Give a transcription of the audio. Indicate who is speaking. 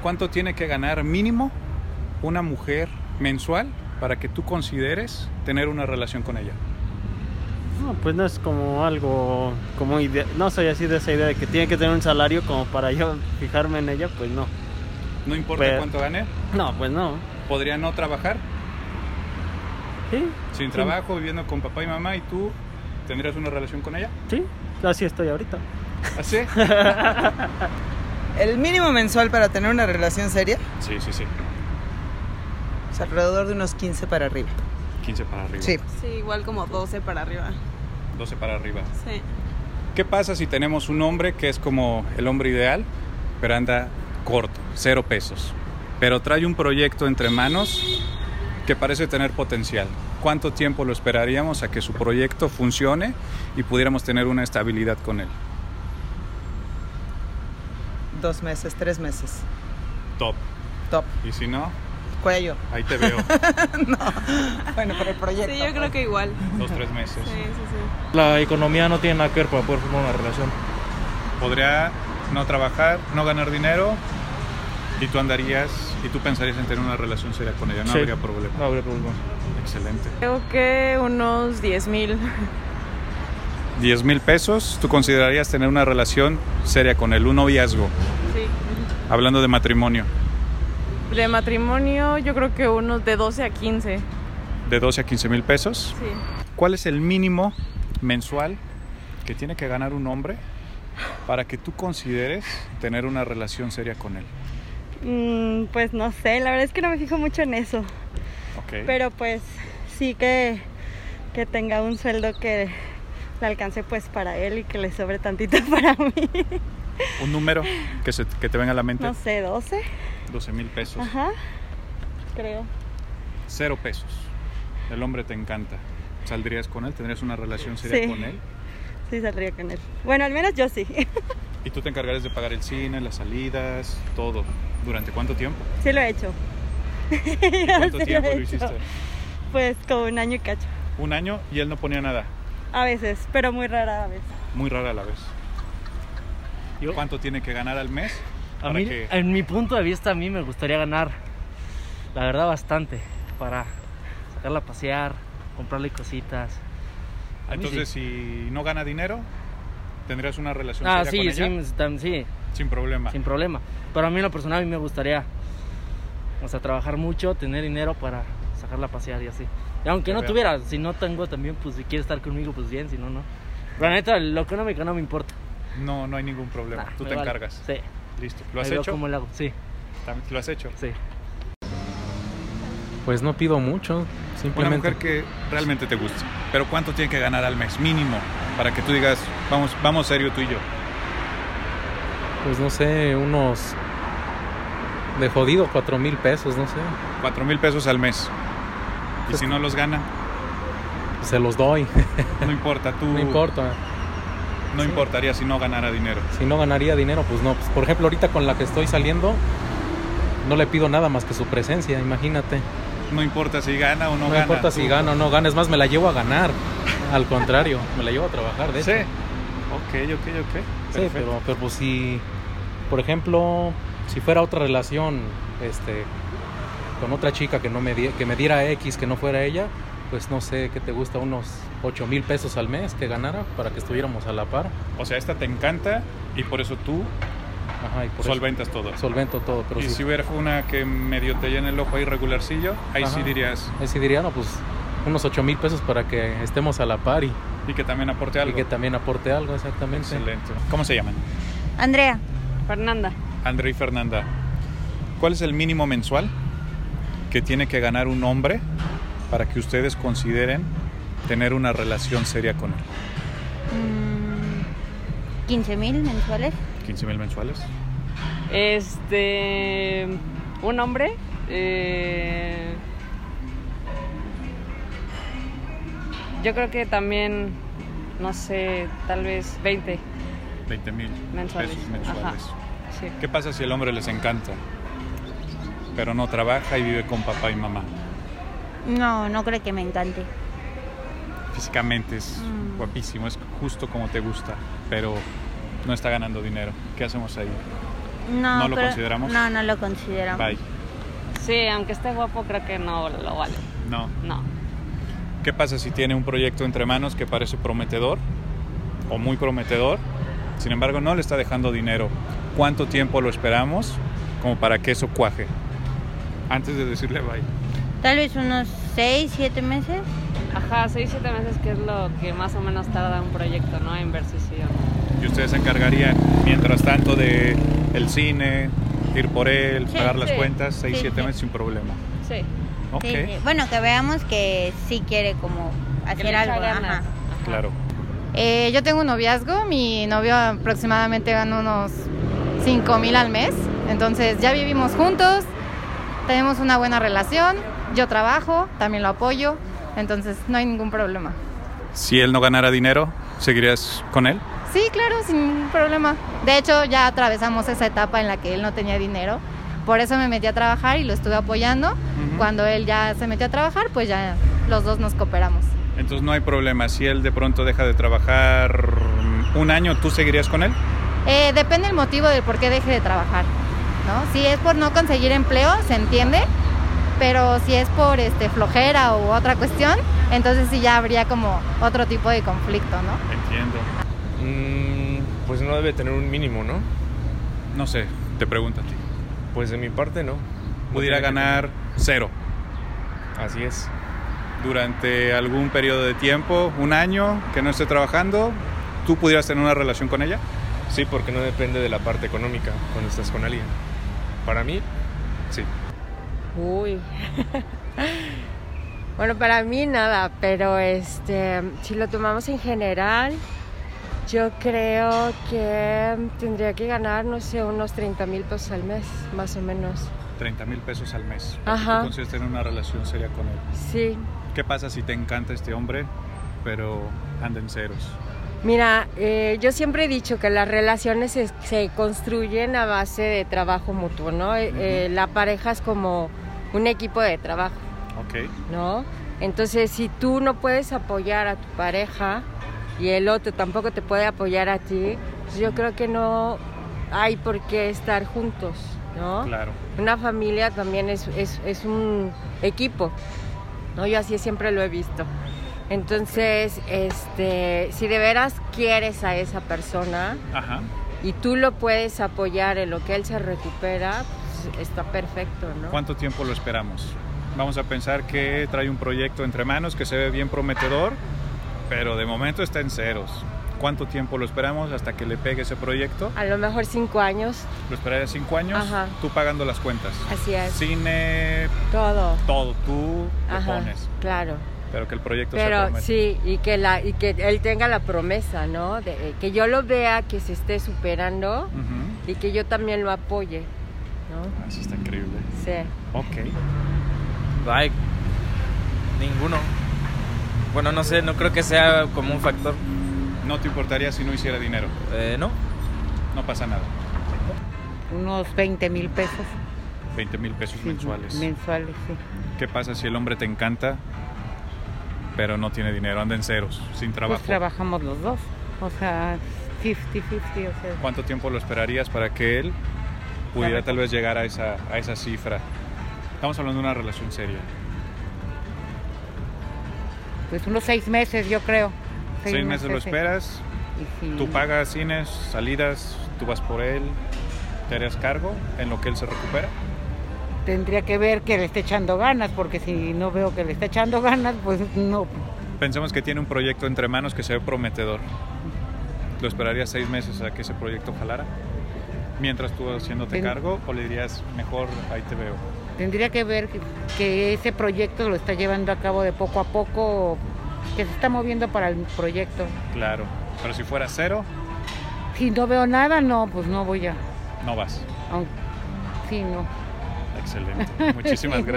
Speaker 1: ¿Cuánto tiene que ganar mínimo una mujer mensual para que tú consideres tener una relación con ella?
Speaker 2: No, pues no es como algo, como idea, no soy así de esa idea de que tiene que tener un salario como para yo fijarme en ella, pues no.
Speaker 1: No importa
Speaker 2: Pero-
Speaker 1: cuánto gane,
Speaker 2: No, pues no.
Speaker 1: podría no trabajar,
Speaker 2: Sí,
Speaker 1: sin trabajo, viviendo con papá y mamá y tú tendrías una relación con ella.
Speaker 2: sí, así estoy ahorita.
Speaker 1: ¿Así?
Speaker 3: El mínimo mensual para tener una relación seria
Speaker 1: Sí, sí, sí.
Speaker 3: es alrededor de unos 15 para arriba.
Speaker 1: 15 para arriba.
Speaker 3: Sí.
Speaker 4: Sí, igual como 12 para arriba.
Speaker 1: 12 para arriba.
Speaker 4: Sí.
Speaker 1: ¿Qué pasa si tenemos un hombre que es como el hombre ideal, pero anda corto, cero pesos? Pero trae un proyecto entre manos que parece tener potencial. ¿Cuánto tiempo lo esperaríamos a que su proyecto funcione y pudiéramos tener una estabilidad con él?
Speaker 3: Dos meses, tres meses.
Speaker 1: Top.
Speaker 3: Top.
Speaker 1: Y si no,
Speaker 3: Cuello.
Speaker 1: ahí te veo,
Speaker 3: Bueno, pero el proyecto. pues.
Speaker 4: Sí, yo creo que igual.
Speaker 1: dos, tres meses.
Speaker 4: Sí, sí, sí.
Speaker 5: La economía no tiene nada que ver para poder formar una relación.
Speaker 1: Podría no trabajar, no ganar dinero y tú andarías y tú pensarías en tener una relación seria con ella. No
Speaker 5: Sí.
Speaker 1: habría problema.
Speaker 5: No habría problema.
Speaker 1: Excelente.
Speaker 4: Creo que unos 10 mil.
Speaker 1: 10 mil pesos, ¿tú considerarías tener una relación seria con él, un noviazgo?
Speaker 4: Sí.
Speaker 1: Hablando de matrimonio,
Speaker 4: De matrimonio, yo creo que unos de 12 a 15. Sí.
Speaker 1: de 12 a 15 mil pesos. ¿Cuál es el mínimo mensual que tiene que ganar un hombre para que tú consideres tener una relación seria con él?
Speaker 6: Mm, pues no sé, la verdad es que no me fijo mucho en eso.
Speaker 1: Ok.
Speaker 6: Pero pues sí que, que tenga un sueldo que le alcance pues para él y que le sobre tantito para mí.
Speaker 1: Un número que, se- que te venga a la mente,
Speaker 6: No sé, 12.
Speaker 1: 12 mil pesos,
Speaker 6: Ajá. Creo.
Speaker 1: cero pesos. El hombre te encanta. ¿Saldrías con él? ¿Tendrías una relación seria
Speaker 6: Sí.
Speaker 1: con él?
Speaker 6: Sí, saldría con él. Bueno, al menos yo sí.
Speaker 1: Y tú te encargarías de pagar el cine, las salidas, todo. ¿Durante cuánto tiempo?
Speaker 6: Sí lo he hecho.
Speaker 1: ¿Cuánto
Speaker 6: Sí
Speaker 1: tiempo
Speaker 6: he
Speaker 1: lo
Speaker 6: hecho.
Speaker 1: hiciste?
Speaker 6: Pues como un año y cacho.
Speaker 1: un año y él no ponía nada.
Speaker 6: A veces, pero muy rara a veces.
Speaker 1: Muy rara a la vez.
Speaker 7: Yo-
Speaker 1: ¿Cuánto tiene que ganar al mes?
Speaker 7: A
Speaker 1: para
Speaker 7: mí,
Speaker 1: que-
Speaker 7: en mi punto de vista, a mí me gustaría ganar, la verdad, bastante para sacarla a pasear, comprarle cositas. A mí
Speaker 1: Entonces, si no gana dinero, tendrías una
Speaker 7: sí.
Speaker 1: relación
Speaker 7: Ah,
Speaker 1: seria
Speaker 7: sí,
Speaker 1: con
Speaker 7: sí,
Speaker 1: ella
Speaker 7: me- tam- sí,
Speaker 1: sin
Speaker 8: Ah.
Speaker 1: problema.
Speaker 7: sin problema. Pero a mí, en lo personal, a mí me gustaría, o sea, trabajar mucho, tener dinero para sacarla a pasear y así. Y aunque
Speaker 1: Ya
Speaker 7: no
Speaker 1: veo.
Speaker 7: tuviera, si no tengo también, pues si quiere estar conmigo, pues bien, si no, no. Pero la neta, lo económico no me importa.
Speaker 1: No, no hay ningún problema.
Speaker 7: Nah,
Speaker 1: Tú
Speaker 7: Ah, me
Speaker 1: te
Speaker 7: vale.
Speaker 1: encargas.
Speaker 7: Sí.
Speaker 1: Listo. ¿Lo
Speaker 7: Ahí
Speaker 1: has
Speaker 7: veo
Speaker 1: hecho?
Speaker 7: cómo le hago. Sí,
Speaker 1: Tam- ¿Lo has hecho?
Speaker 7: sí.
Speaker 5: Pues no pido mucho,
Speaker 1: Una
Speaker 5: simplemente.
Speaker 1: mujer que realmente te guste. Pero ¿cuánto tiene que ganar al mes? Mínimo. Para que tú digas, vamos, vamos serio tú y yo.
Speaker 5: Pues no sé, unos. De jodido, cuatro mil pesos, no sé.
Speaker 1: Cuatro mil pesos al mes. Y
Speaker 5: Pues-
Speaker 1: si no los gana,
Speaker 5: Se los doy.
Speaker 1: no importa. Tú
Speaker 5: No importa.
Speaker 1: no importaría si no ganara dinero.
Speaker 5: Si no ganaría dinero, pues no. Pues, por ejemplo, ahorita con la que estoy saliendo, no le pido nada más que su presencia, imagínate.
Speaker 1: No importa si gana o no,
Speaker 5: No,
Speaker 1: gana.
Speaker 5: importa
Speaker 1: tú-
Speaker 5: si gano o no gano, es más, me la llevo a ganar. Al contrario, me la llevo a trabajar, de hecho.
Speaker 1: Sí. Ok, ok, ok.
Speaker 5: Sí, pero, pero pues si, por ejemplo, si fuera otra relación, este, con otra chica que no me, die- que me diera X, que no fuera ella, pues no sé, ¿qué te gusta? Unos 8 mil pesos al mes que ganara para que estuviéramos a la par.
Speaker 1: O sea, esta te encanta y por eso tú
Speaker 5: Ajá, y por eso
Speaker 1: solventas todo.
Speaker 5: solvento todo, pero
Speaker 1: y
Speaker 5: sí.
Speaker 1: si hubiera una que medio te llena el ojo ahí regularcillo, ahí sí
Speaker 5: Ajá.
Speaker 1: dirías,
Speaker 5: Ahí sí diría, no, pues unos 8 mil pesos para que estemos a la par y,
Speaker 1: y que también aporte
Speaker 5: y
Speaker 1: algo.
Speaker 5: que también aporte algo, exactamente.
Speaker 1: Excelente. ¿Cómo se llaman?
Speaker 6: Andrea,
Speaker 4: Fernanda.
Speaker 1: André y Fernanda. ¿Cuál es el mínimo mensual que tiene que ganar un hombre para que ustedes consideren tener una relación seria con él?
Speaker 6: 15 mm, mil mensuales.
Speaker 1: ¿15 mil mensuales?
Speaker 4: Este. Un hombre. eh, yo creo que también. No sé, tal vez 20.
Speaker 1: 20 mil
Speaker 4: Mensuales.
Speaker 1: pesos mensuales.
Speaker 4: Sí.
Speaker 1: ¿Qué pasa si el hombre les encanta, pero no trabaja y vive con papá y mamá?
Speaker 6: No, no creo que me encante.
Speaker 1: físicamente es
Speaker 6: Mm.
Speaker 1: guapísimo, es justo como te gusta, pero no está ganando dinero. ¿Qué hacemos ahí? No, ¿No lo pero- consideramos? no,
Speaker 9: No, no lo
Speaker 6: Ah.
Speaker 9: consideramos.
Speaker 1: Bye.
Speaker 4: Sí, aunque esté guapo, creo que no lo vale.
Speaker 1: No.
Speaker 4: No.
Speaker 1: ¿Qué pasa si tiene un proyecto entre manos que parece prometedor o muy prometedor? Sin embargo, no le está dejando dinero. ¿Cuánto tiempo lo esperamos como para que eso cuaje? Antes de decirle bye.
Speaker 9: Tal vez unos 6, 7 meses.
Speaker 4: Ajá, 6, 7 meses que es lo que más o menos tarda un proyecto, ¿no? En verse sí o no.
Speaker 1: Y ustedes se encargarían, mientras tanto, de el cine, ir por él,
Speaker 9: Sí,
Speaker 1: pagar las
Speaker 9: sí.
Speaker 1: cuentas, seis,
Speaker 9: Sí,
Speaker 1: siete
Speaker 9: sí.
Speaker 1: meses sin problema.
Speaker 4: Sí.
Speaker 1: Ok,
Speaker 9: Sí, sí. Bueno, que veamos que sí quiere como
Speaker 4: Que
Speaker 9: hacer
Speaker 4: le echa
Speaker 9: algo.
Speaker 4: ganas.
Speaker 9: Ajá.
Speaker 4: Ajá.
Speaker 1: claro.
Speaker 10: Eh, yo tengo un noviazgo, mi novio aproximadamente gana unos 5 mil al mes, entonces ya vivimos juntos, tenemos una buena relación, yo trabajo, también lo apoyo, entonces no hay ningún problema.
Speaker 1: Si él no ganara dinero, ¿seguirías con él?
Speaker 10: Sí, claro, sin ningún problema. De hecho, ya atravesamos esa etapa en la que él no tenía dinero, por eso me metí a trabajar y lo estuve apoyando. Cuando él ya se metió a trabajar, pues ya los dos nos cooperamos.
Speaker 1: Entonces no hay problema. Si él de pronto deja de trabajar mm, un año, ¿tú seguirías con él?
Speaker 10: Eh, depende el motivo del por qué deje de trabajar, ¿no? Si es por no conseguir empleo, se entiende, pero si es por este, flojera u otra cuestión, entonces sí ya habría como otro tipo de conflicto, ¿no?
Speaker 1: Entiendo.
Speaker 8: Mm, pues no debe tener un mínimo, ¿no?
Speaker 1: No sé, te pregunto a ti.
Speaker 8: Pues de mi parte no. No
Speaker 1: Pudiera
Speaker 8: tiene que
Speaker 1: ganar cero
Speaker 8: tener- Así es.
Speaker 1: durante algún periodo de tiempo, un año que no esté trabajando, ¿tú pudieras tener una relación con ella?
Speaker 8: Sí, porque no depende de la parte económica cuando estás con alguien. Para mí, sí.
Speaker 11: Uy. bueno, para mí nada, pero este, si lo tomamos en general, yo creo que tendría que ganar, no sé, unos 30 mil pesos al mes, más o menos.
Speaker 1: 30 mil pesos al mes.
Speaker 11: Ajá.
Speaker 1: Entonces tener una relación seria con él.
Speaker 11: Sí.
Speaker 1: ¿Qué pasa si te encanta este hombre, pero anda en ceros?
Speaker 11: Mira, eh, yo siempre he dicho que las relaciones se, se construyen a base de trabajo mutuo, ¿no? Eh, eh, la pareja es como un equipo de trabajo.
Speaker 1: Ok.
Speaker 11: ¿no? Entonces, si tú no puedes apoyar a tu pareja y el otro tampoco te puede apoyar a ti, pues yo creo que no hay por qué estar juntos, ¿no?
Speaker 1: Claro.
Speaker 11: Una familia también es, es- es un equipo, ¿no? Yo así siempre lo he visto. Entonces, este, si de veras quieres a esa persona
Speaker 1: Ajá.
Speaker 11: y tú lo puedes apoyar en lo que él se recupera, pues está perfecto, ¿no?
Speaker 1: ¿Cuánto tiempo lo esperamos? Vamos a pensar que trae un proyecto entre manos que se ve bien prometedor, pero de momento está en ceros. ¿Cuánto tiempo lo esperamos hasta que le pegue ese proyecto?
Speaker 11: A lo mejor cinco años,
Speaker 1: Lo esperaré cinco años,
Speaker 11: Ajá.
Speaker 1: tú pagando las cuentas.
Speaker 11: así es.
Speaker 1: Cine,
Speaker 11: Todo.
Speaker 1: todo, tú le pones.
Speaker 11: claro.
Speaker 1: Pero que el proyecto se
Speaker 11: Pero
Speaker 1: prometa.
Speaker 11: sí, y que, la, y que él tenga la promesa, ¿no? De, eh, que yo lo vea, que se esté superando
Speaker 1: Ujú.
Speaker 11: y que yo también lo apoye, ¿no?
Speaker 1: Ah, Eso está increíble.
Speaker 11: Sí.
Speaker 1: Ok.
Speaker 12: Bye. Ninguno. Bueno, no sé, no creo que sea como un factor.
Speaker 1: ¿No te importaría si no hiciera dinero?
Speaker 12: Eh, no.
Speaker 1: No pasa nada.
Speaker 3: Unos 20 mil pesos
Speaker 1: 20 mil pesos mensuales.
Speaker 3: mensuales, sí.
Speaker 1: ¿Qué pasa si el hombre te encanta, pero no tiene dinero, anda en ceros, sin trabajo?
Speaker 3: Pues trabajamos los dos. O sea, 50-50, o sea.
Speaker 1: ¿Cuánto tiempo lo esperarías para que él pudiera tal vez llegar a esa, a esa cifra? Estamos hablando de una relación seria.
Speaker 3: Pues unos seis meses, yo creo.
Speaker 1: Seis, meses lo
Speaker 3: sí.
Speaker 1: esperas,
Speaker 3: Y si-
Speaker 10: Mm.
Speaker 1: tú pagas cines, salidas, tú vas por él, te harías cargo en lo que él se recupera.
Speaker 3: Tendría que ver que le esté echando ganas, porque si no veo que le está echando ganas, pues no.
Speaker 1: Pensemos que tiene un proyecto entre manos que se ve prometedor. ¿Lo esperarías seis meses a que ese proyecto jalara? Mientras tú haciéndote
Speaker 3: Ten-
Speaker 1: cargo, o le dirías, mejor ahí te veo.
Speaker 3: Tendría que ver que, que ese proyecto lo está llevando a cabo de poco a poco, que se está moviendo para el proyecto.
Speaker 1: Claro. Pero si fuera cero,
Speaker 3: Si no veo nada, no, pues no voy a.
Speaker 1: no vas.
Speaker 3: aun- sí, no.
Speaker 1: Excelente. Muchísimas gracias.